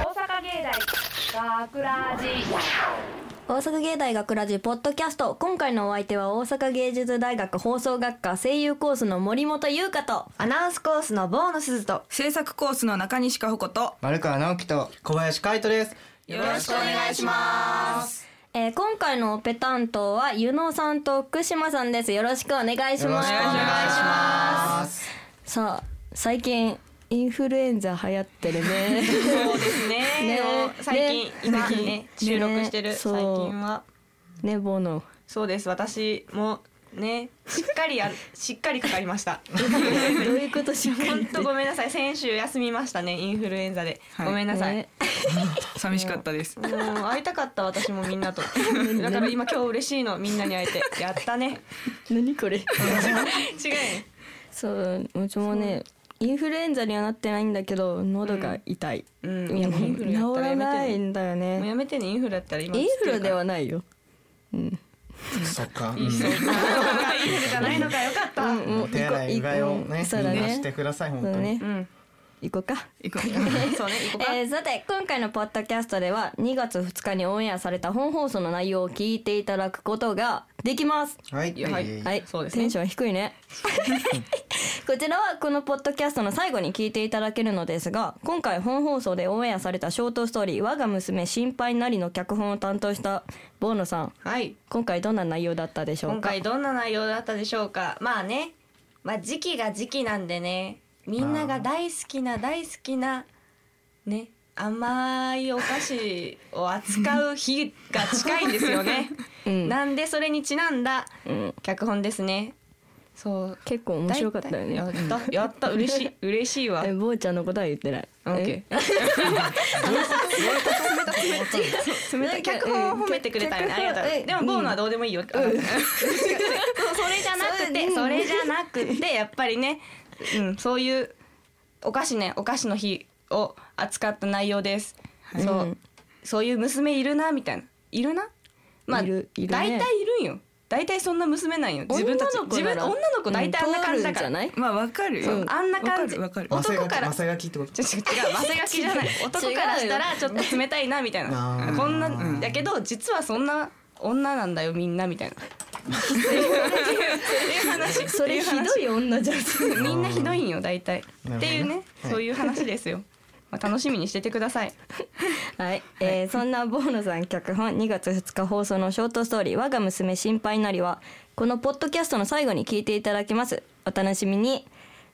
大学ラジ大阪芸大学ラジポッドキャスト今回のお相手は大阪芸術大学放送学科声優コースの森本優香とアナウンスコースのボーノスズと制作コースの中西加穂子と丸川直樹と小林海斗です。よろしくお願いします。えー今回のオペ担当は湯野さんと福島さんですよろしくお願いしますよろしくお願いします。さあ最近インフルエンザ流行ってるね そうですねね最近ね今ね収録してる、ねそう最近はねボノそうです私もねしっか りやしっかりかかりましたどういうことしようか本当ごめんなさい先週休みましたねインフルエンザで、はいごめんなさい、ね寂しかったです。もう会いたかった私もみんな とだから今今日嬉しいのみんなに会えてやった ね何これ違うねそううちもねインフルエンザにはなってないんだけど喉が痛い、うんいやもうインフルやっ治たららやめてねないんだよもうねやめてねインフルだったら今インフルで映っはないよそっか。てるからそうかインフルじゃないのかよかった、うんうんお手洗い、うがいをうねん、そうだみんなしてねください、そ本当うだに。ねうん行こうか行こう そうね、行こうか。えーさて今回のポッドキャストでは2月2日にオンエアされた本放送の内容を聞いていただくことができますはい、やはいえいえいはい、そうですねテンション低い ねこちらはこのポッドキャストの最後に聞いていただけるのですが今回本放送でオンエアされたショートストーリー「我が娘心配なり」の脚本を担当したボーノさんはい。今回どんな内容だったでしょう今か回どんな内容だったでしょうか。まあね、まあ時期が時期なんでね、みんなが大好きな大好きなね、甘いお菓子を扱う日が近いんですよね。 うんなんでそれにちなんだうん脚本ですね。そう。結構面白かったよねやった、やった、嬉しい、 嬉しいわえ。ボーちゃんのことは言ってないオッケー。冷たい脚本 を褒めてくれ たよね。ありがとう。でもボーノはどうでもいいよ。そうそれじゃなくて、それじゃなくてやっぱりね、うんそういうお菓子ね、お菓子の日を扱った内容です。そううんそういう娘いるなみたいな、いるな。まあいるいるね大体いるんよ。大体そんな娘なんよ。自分たち女の子自な分ら女の子大体あんな感じだから。うん通るんじゃないまあわかるそうよ。あんな感じわかるわかマセガ男かキ、らマセガキってこと。ちょちょ違うマセガキじゃない男からしたらちょっと冷たいなみたいあなーこんなだけど実はそんな女なんだよみんなみたいなっていう話それひどい女じゃんみんなひどいんよ大体ほどねっていうねはいそういう話ですよまあ楽しみにしててくださいはい、えーそんなボーノさん脚本2月2日放送のショートストーリー「我が娘心配なりは」このポッドキャストの最後に聞いていただきますお楽しみに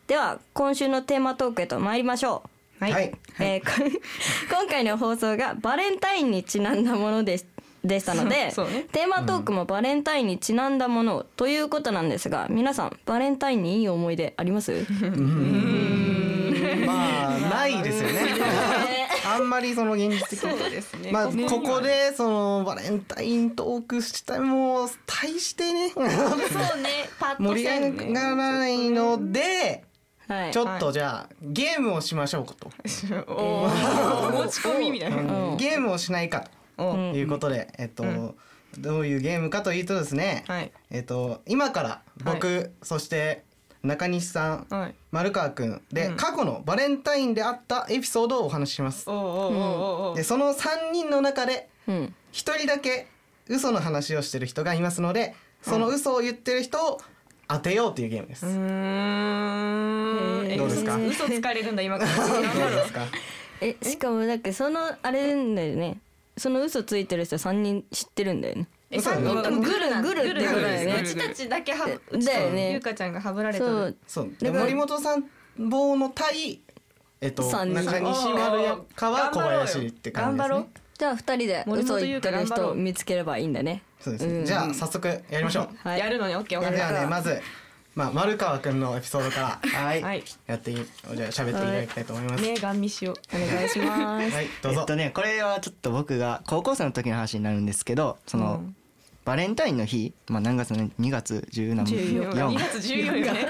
では今週のテーマトークへと参りましょうはい。えーこ今回の放送がバレンタインにちなんだものでしでしたので、 そうねテーマトークもバレンタインにちなんだものをということなんですが皆さんバレンタインにいい思い出あります、 まあ、ないですよね。 あんまりその現実的に。ですねまあ、ここで、そのバレンタイントークしたもう、大してね。そうねパッ と盛りせん上ねがらないので。はい、ちょっとじゃあ、ゲームをしましょうかと。おー持ち込みみたいなうんゲームをしないかとおいうことで、えっと、どういうゲームかというとですね、はいえっと、今から僕、そして中西さん、はい丸川くんで、うん過去のバレンタインであったエピソードをお話ししますおー。おーおーおーでその3人の中でうん1人だけ嘘の話をしてる人がいますのでその嘘を言ってる人を当てようというゲームです。うーんえどうですか嘘つかれるんだ今からどうですかえしかもだってそのあれなんだよねその嘘ついてる人3人知ってるんだよねえ嘘三人ともグルなんグルグルってグことルだよねうちたちだけはえうちだとよねゆうかちゃんがはぶられてそうるそうでだから森本さん棒の対、えっと、中三人西丸川小林って感じですね。じゃあ2人で嘘を言ってる人を見つければいいんだねそうですね、じゃあ早速やりましょう。はいやるのにオッケーオッケではーねまず、まあ、丸川くんのエピソードから、はいはいやっていじゃあ喋っていただきたいと思います。ねガン見しようお願いし ますはいどうぞ。えっとねこれはちょっと僕が高校生の時の話になるんですけどその、うんバレンタインの日、まあ、何月のね2月 2 14月14日ね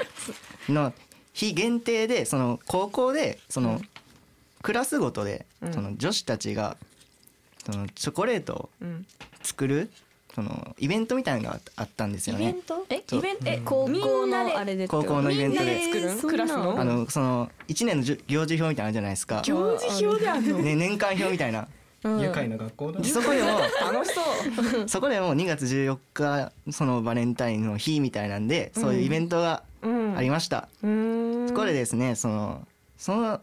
の日限定でその高校でその、クラスごとでその女子たちがそのチョコレートをうん作るそのイベントみたいなのがあったんですイよベねン。トえイベントえ高み校んなのあでれで高校のイベントで作るえーそんなクラスのあのその1年のじゅ行事表みたいなのあるじゃないですか、 行事表であるのね、年間表みたいなうん愉快な学校だねでそこでも楽しそうそこでも2月14日そのバレンタインの日みたいなんでそういうイベントがうんありました、うーんこれですねそのその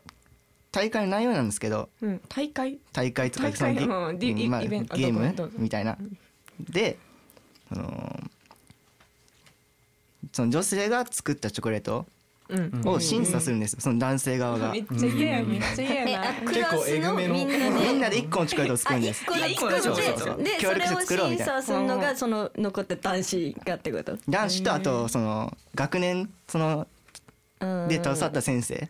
大会の内容なんですけどうん大会大会とか大会そうんのでゲうんまあイゲベントーあムどうぞみたいなであのその女性が作ったチョコレートうんを審査するんですよその男性側がめっちゃ嫌やめっちゃ嫌えやあなクラスのみんなでみんなで1個のチョコレートを作あるんで一す個で一個でしょそうそう作そうってでそ協力れしてを作ろうみ審たいな査するのがその残った男子がってこと男子とあとその学年そのうんで携わった先生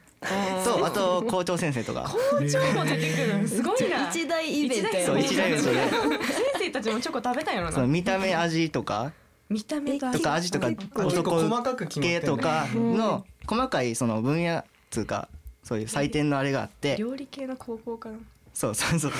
とあと校長先生とかチョコも出てくるすごい な一大イベントやそうね一大イベントで先生たちもチョコ食べたんやろそのな見た目味とか見た目がとか味とか構細かく男決まって系んねとかの細かいその分野つうかそういう採点のあれがあって料理系の高校かなそうそうそう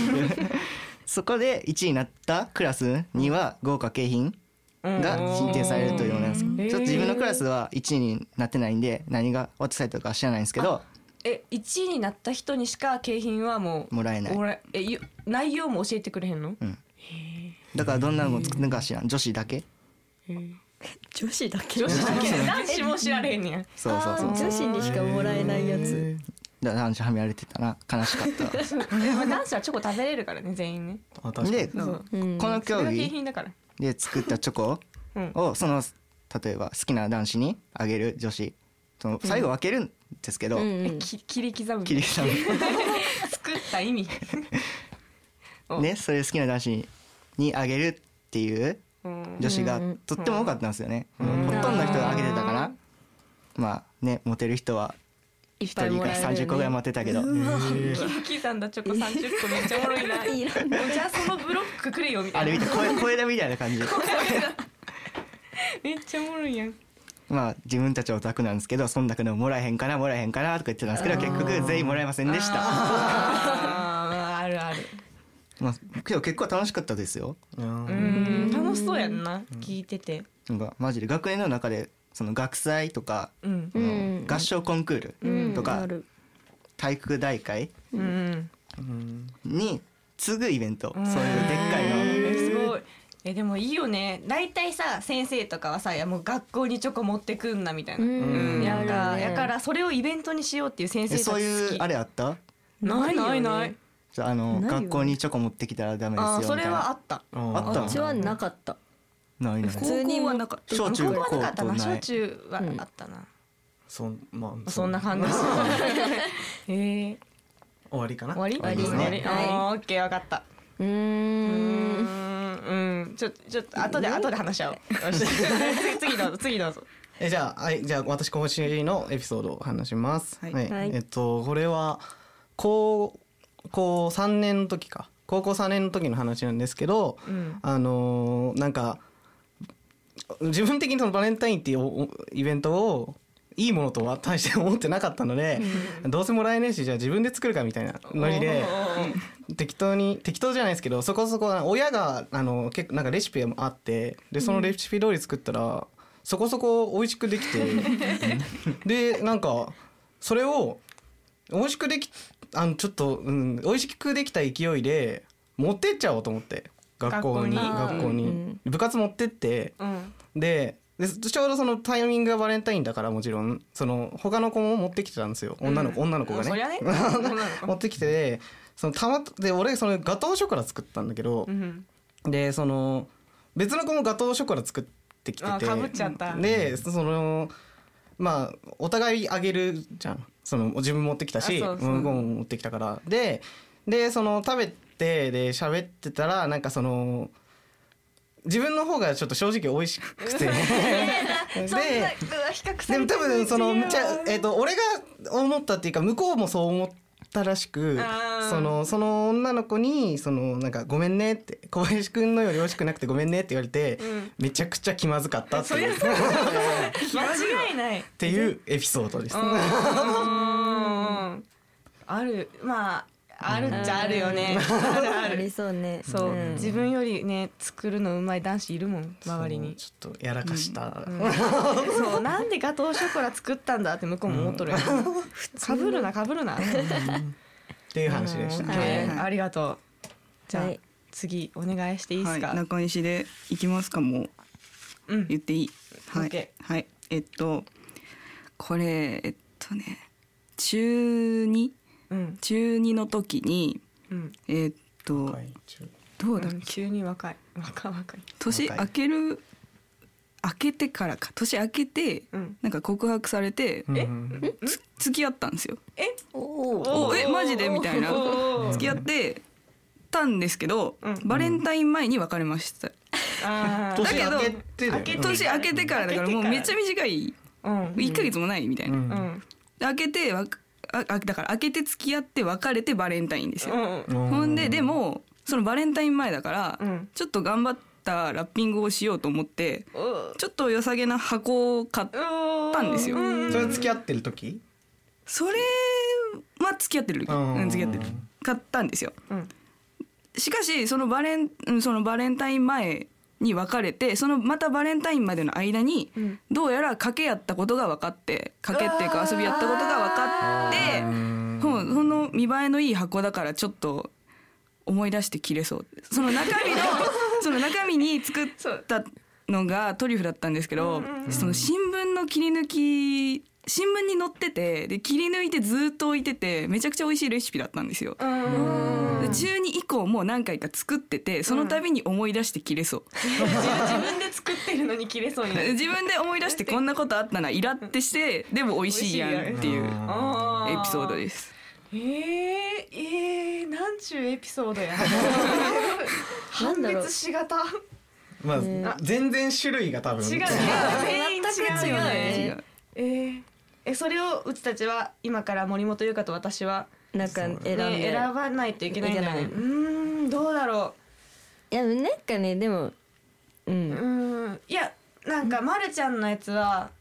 そこで1位になったクラスには豪華景品が認定されるというものなんですうんちょっと自分のクラスは1位になってないんで何が渡されたかは知らないんですけどえ1位になった人にしか景品はもうもらえないおらえゆ内容も教えてくれへんのだからどんなのを作るのか知らん女子だけ女子だけ女子だけ男子も知られへん ねやそうそうそうあー女子にしかもらえないやつだから男子はめられてたな悲しかったまあ男子はチョコ食べれるからね全員ねあ 確かでにこそううのんそれ競が景技品だからで作ったチョコうんをその例えば好きな男子にあげる女子その最後分けるんですけど、うんえき切り刻むキリさん作った意味おねそれ好きな男子にあげるっていううん女子がとっても多かったんですよね、ほとんどの人があげてたからまあねモテる人はいっ1人から30個ぐらいモテたけど、切り刻んだチョコ30個めっちゃおもろ いないらじゃあそのブロックくれよみたあいなれ見て声声だみたいな感じでめっちゃおもろいやんまあ自分たちオタクなんですけどそんだけのもらえへんかなもらえへんかなとか言ってたんですけど結局全員もらえませんでしたあーあるあるまあけど結構楽しかったですよううんん楽しそうやんな聞いててなんかマジで学園の中でその学祭とか、うんあのうん合唱コンクールとか、ある体育大会うんに次ぐイベントそういうでっかいのえすごいえでもいいよね大体さ先生とかはさいやもう学校にチョコ持ってくんなみたいなうんやんあかるねやからそれをイベントにしようっていう先生えたち好そうきいうあれあったないないなよないいねじゃああのないよ学校にチョコ持ってきたらダメですよあーみたそいなれはあったあったうちはなかったないない普通に高校はなかった小中高校はなかった高な校ない小中はあったなそんまあそんな感じ へえ終わりかな終わり終わりですね終わりあーオッケーわかったううーんんうんちょちょっと後で後で話し合おうよし次次どうぞ次どうぞえじゃあはいじゃあ私今週のエピソードを話します。はいはいえっとこれは高校三年の時か高校三年の時の話なんですけど、うんあのーなんか自分的にそのバレンタインっていうおおイベントをいいものとは大して思ってなかったので、どうせもらえねえしじゃあ自分で作るかみたいなノリで適当に適当じゃないですけどそこそこあの親があの結構なんかレシピもあってでそのレシピ通り作ったら、そこそこ美味しくでき てでなんかそれを美味しくできあのちょっと、うん、美味しくできた勢いで持ってっちゃおうと思って学校に学校に学校にうん部活持ってってうんででちょうどそのタイミングがバレンタインだからもちろんその他の子も持ってきてたんですよ女の子、女の子がねそり ゃね女の持子ってきてそのたまで俺そのガトーショコラ作ったんだけどう、んでその別の子もガトーショコラ作ってきてあてかぶっちゃったでそのまあお互いあげるじゃんその自分持ってきたしあそうそう向こうも持ってきたからででその食べてで喋ってたらなんかその自分の方がちょっと正直美味しく てででも多分そのむちゃ、えっと俺が思ったっていうか向こうもそう思ったらしくあーそのその女の子にそのなんか「ごめんね」って「小林くんのより美味しくなくてごめんね」って言われて、めちゃくちゃ気まずかったっていうっ間違 いないていうエピソードです。うんあるまああるっちゃあるよねあるああ りるそうねそう、ん自分よりね作るのうまい男子いるもん周りにちょっとやらかした、そうなんでガトーショコラ作ったんだって向こうも思っとるや んかぶるなかぶるなっていう話でした。うんオッケーありがとじゃあ、はい次お願いしていいですか、はい、中西で行きますかもううん言っていい、は OK い、はい、えっとこれえっとね中二うん中二の時にうんえっとはいちょどうだうん急に若い若い若い年若い明ける明けてからか年明けてうんなんか告白されてうんえうんつ付き合ったんですよおおえマジでみたいなおー付き合ってたんですけどうんバレンタイン前に別れましたあーだけ年ど明けてだよね明け年明けてからだからもうめっちゃ短いうん1ヶ月もないみたいうなんうんで開けてわああだから開けて付き合って別れてバレンタインですうよ、んうほんででもそのバレンタイン前だから、うんちょっと頑張ったラッピングをしようと思ってちょっと良さげな箱を買っったんですよ、それは付き合ってる時それは付き合ってる時、うんうん、付き合ってる買ったんですようんしかしそのバレンうんそのバレンタイン前に別れてそのまたバレンタインまでの間に、んどうやら賭けやったことが分かって賭けっていうか遊びやったことが分かってほんほんの見栄えのいい箱だからちょっと思い出して切れそうその中 身のその中身に作ったのがトリュフだったんですけど、その新聞の切り抜き新聞に載っててで切り抜いてずーっと置いててめちゃくちゃ美味しいレシピだったんですよ。で中2以降もう何回か作っててその度に思い出して切れそう、自分で作ってるのに切れそうになる自分で思い出してこんなことあったなイラってしてでも美味しいやんっていうエあピソードですえー、えー、なんちゅうエピソー ドや判別しがたまあ全然種類が多分違う違う全員違うよね違うえー、えそれをうちたちは今から森本優香と私は、なんか選んね、で、選ばないといけないんだよねいうけーんどうだろいやなんかねでもうううんーんいやなんかまるちゃんのやつは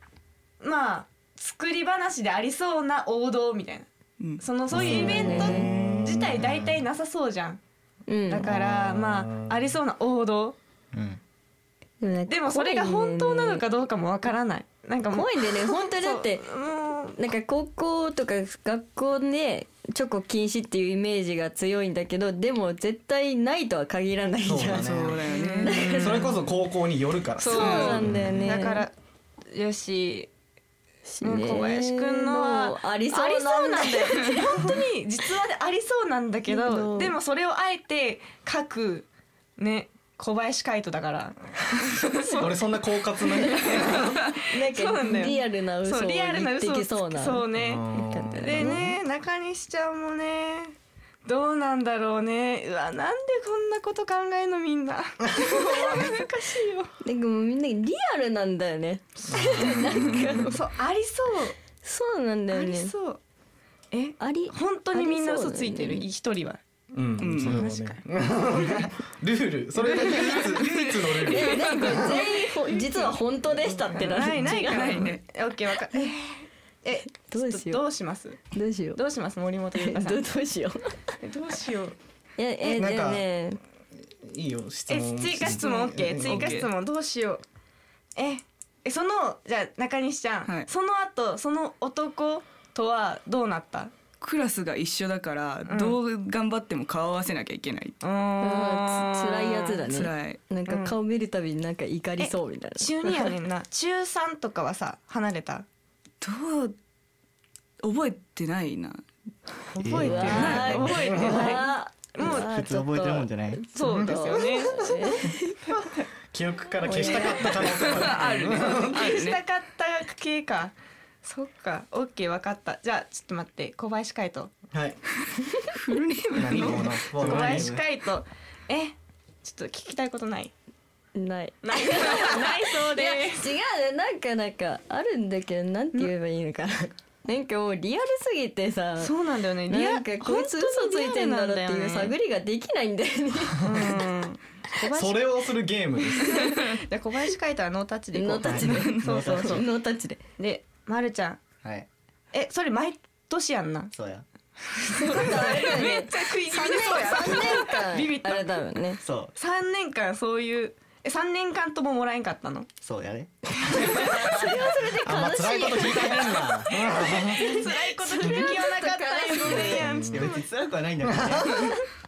まあ作り話でありそうな王道みたいな、うんそのそういうイベント自体大体なさそうじゃんうんだからまあありそうな王道うんでもなんかでもそれが本当なのかどうかもわからないなんかもう怖いんだよね本当にだってうんなんか高校とか学校でチョコ禁止っていうイメージが強いんだけどでも絶対ないとは限らないじゃんそうだねそうだよ ねそれこそ高校によるからそうなんだよねだからよしもうね小林くんのはもうありそうありそうななんんだだよよ本当に実話でありそうなんだけけどどでもそれをあえて書くね小林海斗だから俺そんな狡猾ななんそうなんだかよリアルな嘘そをうリアル言なって嘘をきつそうなそうねうんでね中西ちゃんもねどうなんだろうねうわなんでこんなこと考えんのみん な難しいよでもみんなリアルなんだよねそうありそそうなんだうあよりねそうえあり本当にみんな嘘ついてあるり一人はうん、そうだね ルールそれだけ唯一唯一のルールなんか全員ほ実は本当でしたってなるないないからないねオッケーわかえどうしよどうしますうどうしようどうします森本優ど香さんどうしよえどうしようういやえなんでかもねいいよ質え問追加質問オッケー追加質問どうしようええそのじゃあ中西ちゃん、はいその後その男とはどうなったクラスが一緒だからどう頑張っても顔合わせなきゃいけない、あーつ辛いやつだね辛いなんかうん顔見るたびになんか怒りそうみたいな中二やねん な中三とかはさ離れたどう覚えてないな覚えてない覚えてないいもう普通覚えてるもんじゃゃないそうですよね記憶から消したかった可能性がある 消したかった系かそっかオッケーわかったじゃあちょっと待って小林海斗はいフルネームな何のこの小何林海斗えちょっと聞きたいことないないないないそういやで違すうねなんかなんかあるんだけどなんて言えばいいのかななんかもうリアルすぎてさそうなんだよねなんかこいつ嘘ついてんだろっていう探りができないんだよねそれをするゲームですじゃあ小林海斗はノータッチでいこうノータッチで そうそうそうノータッチででまるちゃんはいえそれ毎年やんなそうや めっちゃ食い気味でそうや3年間ビビった あれだよねそう3年間そういうえ三年間とももらえんかったのそうやれあんま辛いこと聞いてくれんな辛いこと聞く気はなかったよごめんやいやん別に辛くはないんだからね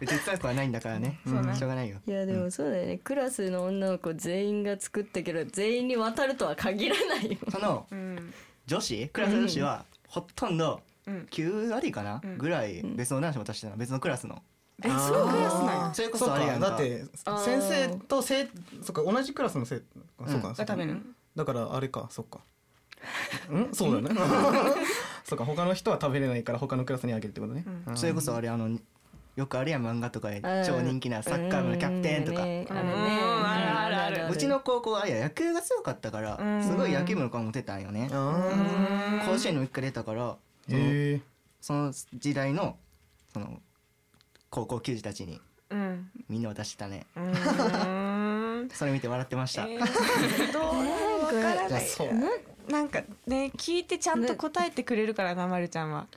別に辛くはないんだからね、うん、しょうがないよいやでもそうだよね、クラスの女の子全員が作ったけど全員に渡るとは限らないよそのうん女子クラスの女子はほとんどうん9割かな、んぐらい別の男子渡してたの別のクラスのえそのクラスなんやそれこそうそあかれやんかだって先生と生そっか同じクラスの生そうかそうか食べるだからあれかそっかうんそうだね そうか他の人は食べれないから他のクラスにあげるってことねうんそれこそあれあのよくあるやん漫画とかで超人気なサッカー部のキャプテンとか、うんあるねうんあるあるあるうちの高校はあいや野球が強かったからすごい野球部の子がモテたんよねあ甲子園にも一回出たからーへえその時代のその高校球児たちにうんみんな渡してたねうー んそれ見て笑ってました、えーどうわからじゃなあいそうなんかね聞いてちゃんと答えてくれるからなまるちゃんは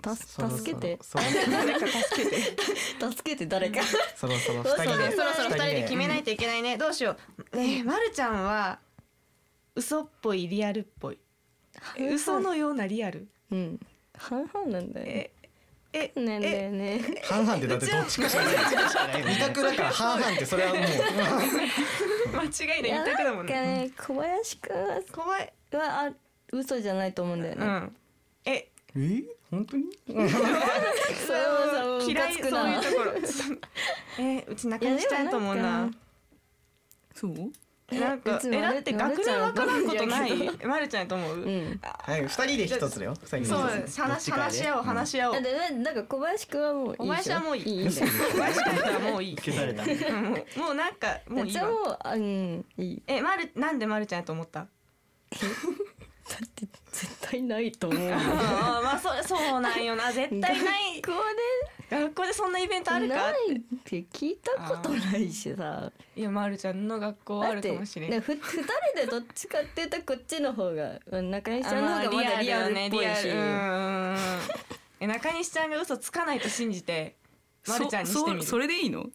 たす助けてそろ誰か助けて助けて誰かそろそろそう二そ人うねでそろそろ二人で決めないといけないねどうしようねえまるちゃんは嘘っぽいリアルっぽいえ嘘のようなリアルうん半々なんだよねええねんだよね半々ってだってどっちかしかない二択だから半々ってそれはも う間違いいないや一択だなもんんかねね小林くんは怖いはあ嘘じゃないと思うんだようねんええ本当にそれはさ嫌いムカつくそういなうところ えうち中西ちゃんやと思うなそうなんか別にえまだるってまる学ちゃ年んわからんことなわかんないいまるちゃんやと思ううんはい二人で一つだよ二人で一つそうそうですね話どっちかや話でし合おう話し合おうだってななんか小林くんはもういいお前じゃもういいいいんだよお前しかやったらもういい消されたうんもうもうなん かもういいじゃあわもうあうんいいえまるなんでまるちゃんやと思っただって絶対ないと思ううんうん まあそうそうなんよな絶 対ない学校学校でそんなイベントあでるかなっいって聞いたことないしさていやまるちゃんの学校はあるかもしれだんってねふ 二人でどっちかって言ったらこっちの方がうん中西ちゃんの方がまだリアルっぽいし、リアルうんうんうんえ中西ちゃんが嘘つかないと信じてまるちゃんにしてみるそそれでいいのも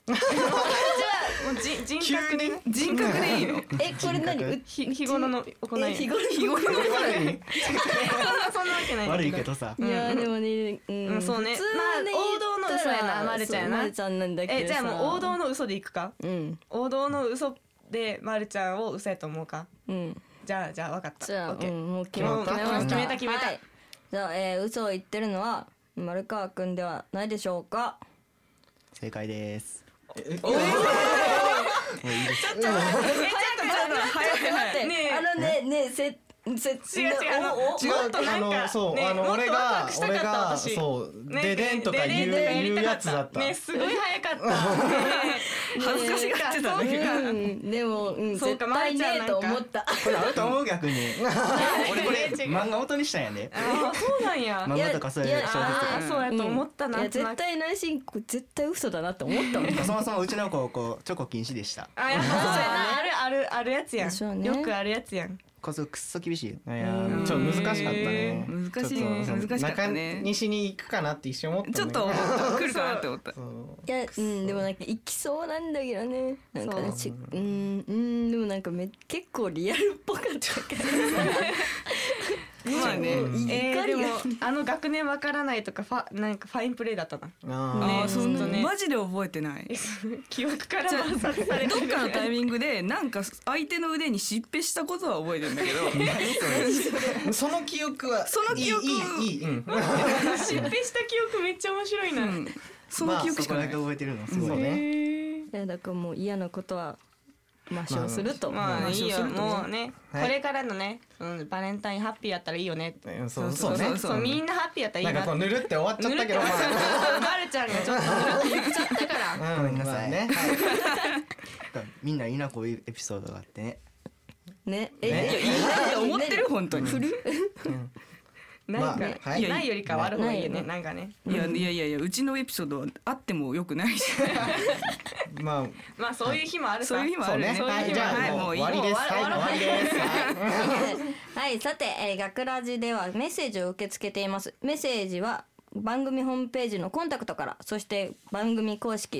うじ人急格にね人格でいいのえこれ何うひ日頃の行いえ日頃日頃そんなそんなわけない悪いけどさいやでもね、うんうんそうね普通はねまあ王道の嘘言っやなたらまるちゃんそうやなまるちゃんなんだけどさえじゃあもう王道の嘘でいくかうん王道の嘘でまるちゃんを嘘やと思うかうんじゃあじゃあわかったじゃあ、オッケうーん、もう決めもう決めました決めた決めたはいじゃあ、えー、嘘を言ってるのは丸川くんではないでしょうか正解です待えちょっとちょっと早い早って、いねあのねねせせえ違う違うあのおお違うもっとなんかあのそう、ねあのもっと俺ワクワがクしたか俺ったが私そうねででんとか言うででんとかや言りうたかやつだったねすごい早か ったね恥ずかしがってたねうん、でも、うん、そう絶か対ねえとまるちゃんなんか思ったこれあると思う逆に俺これ漫画元にしたんやであそうなんや漫画とかそういう小説とあかーそうやと思ったな,、いんやとな絶く、対内心こう絶対嘘だなって思ったもんそもそもうちの高校チョコ禁止でしたあやっぱそうやなあるあるあるやつや、でしょうんねよくあるやつやんこそくっそ厳しいよいやーちょっと難しかったね難しいちょっと難しかったね中西に行くかなって一瞬思ったんだちょけどっと思った来るかなって思ったそういやうんでもなんか行きそうなんだけどねなんかねちうんうんでもなんかめ結構リアルっぽかったから まあねえー、でもがあの学年わからないとかファなんかファインプレーだったなああーそんなほんとねマジで覚えてない記憶から抹殺されてどっるかのタイミングでなんか相手の腕に疾病したことは覚えてるんだ けどー その記憶はその記憶いいいいいいうん失敗した記憶めっちゃ面白いな、うんその記憶しかなまあそこだけ覚えいてるのすごそういねねいやだからもう嫌なことは抹消すると、まあい抹い消すよるとねもうね、はいこれからのね、うん、バレンタインハッピーやったらいいよねうんそうそうそねうそうみんなハッピーやったらいないんかなこうぬるって終わっちゃったけどぬまるってまるちゃんがちょっとぬるって言っちゃったからあごめんなまさあいね みんないいなこういうエピソードがあってねねねえいいなって思ってる本当にないまか、あはいないよりかはある方がいいよなねいなんかねいやいやいやいやうちのエピソードはあってもよくないし まあまあそういう日もあるさ、そういう日も あそうるねねはいじゃあもう終わりですはい終わりです はい、さて、えー、学ラジではメッセージを受け付けています。メッセージは番組ホームページのコンタクトからそして番組公式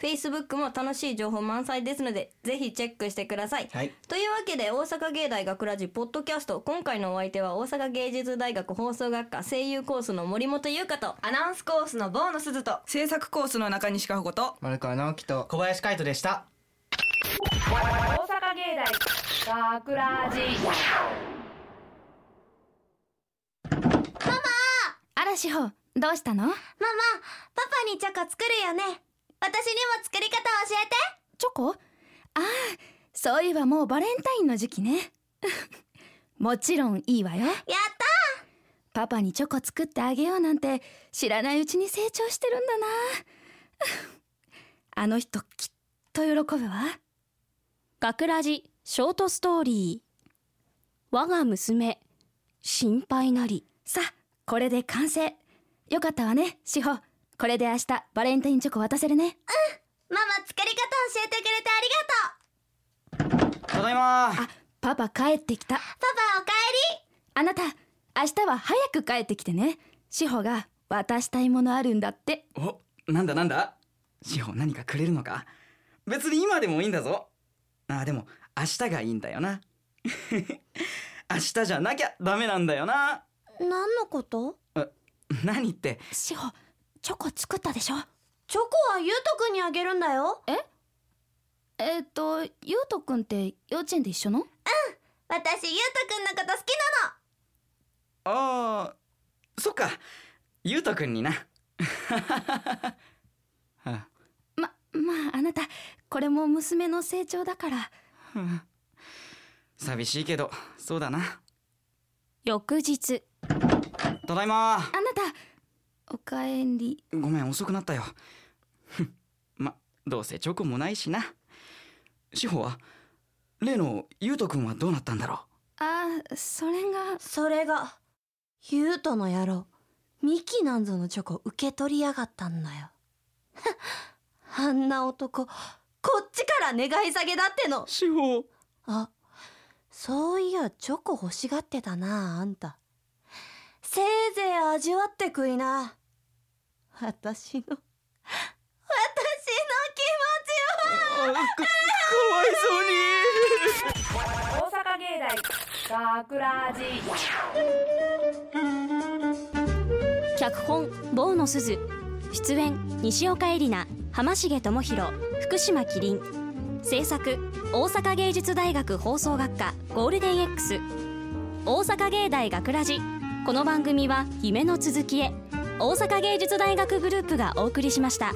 TwitterFacebook も楽しい情報満載ですのでぜひチェックしてください、はいというわけで大阪芸大学ラジポッドキャスト今回のお相手は大阪芸術大学放送学科声優コースの森本優香とアナウンスコースのボーノスズと制作コースの中西加穂子と丸川直樹と小林海斗でした大阪芸大学ラジ嵐穂どうしたのママ、パパにチョコ作るよね。私にも作り方教えて。チョコああそういえばもうバレンタインの時期ね もちろんいいわよやったパパにチョコ作ってあげようなんて知らないうちに成長してるんだな あの人きっと喜ぶわ学ラジショートストーリー我が娘心配なりさあこれで完成よかったわね志保これで明日バレンタインチョコ渡せるねママ、作り方教えてくれてありがとう。ただいまあパパ帰ってきたパパ、おかえり。あなた明日は早く帰ってきてね志保が渡したいものあるんだっておなんだなんだ志保何かくれるのか別に今でもいいんだぞあでも明日がいいんだよな明日じゃなきゃダメなんだよな何のこと何って志保チョコ作ったでしょチョコはゆうとくんにあげるんだよ。えっ、とゆうとくんって幼稚園で一緒の私、ゆうとくんのこと好きなの。あーそっかゆうとくんに なはままああなたこれも娘の成長だからあ寂しいけどそうだな翌日ただいまあなたおかえりごめん遅くなったよ ふんまどうせチョコもないしな志保は例のゆうとくんはどうなったんだろあそれがそれが、ゆうとの野郎、ミキなんぞのチョコ受け取りやがったんだよ。 ふっあんな男、こっちから願い下げだってのう。志保あ、そういや、チョコ欲しがってたな、あんた。せいぜい味わって食いな。私の、私の気持ちを。大阪芸大学ラジ脚本ボーノスズ出演西岡絵里奈浜重智博福島キリン制作大阪芸術大学放送学科ゴールデン X 大阪芸大学ラジこの番組は夢の続きへ大阪芸術大学グループがお送りしました。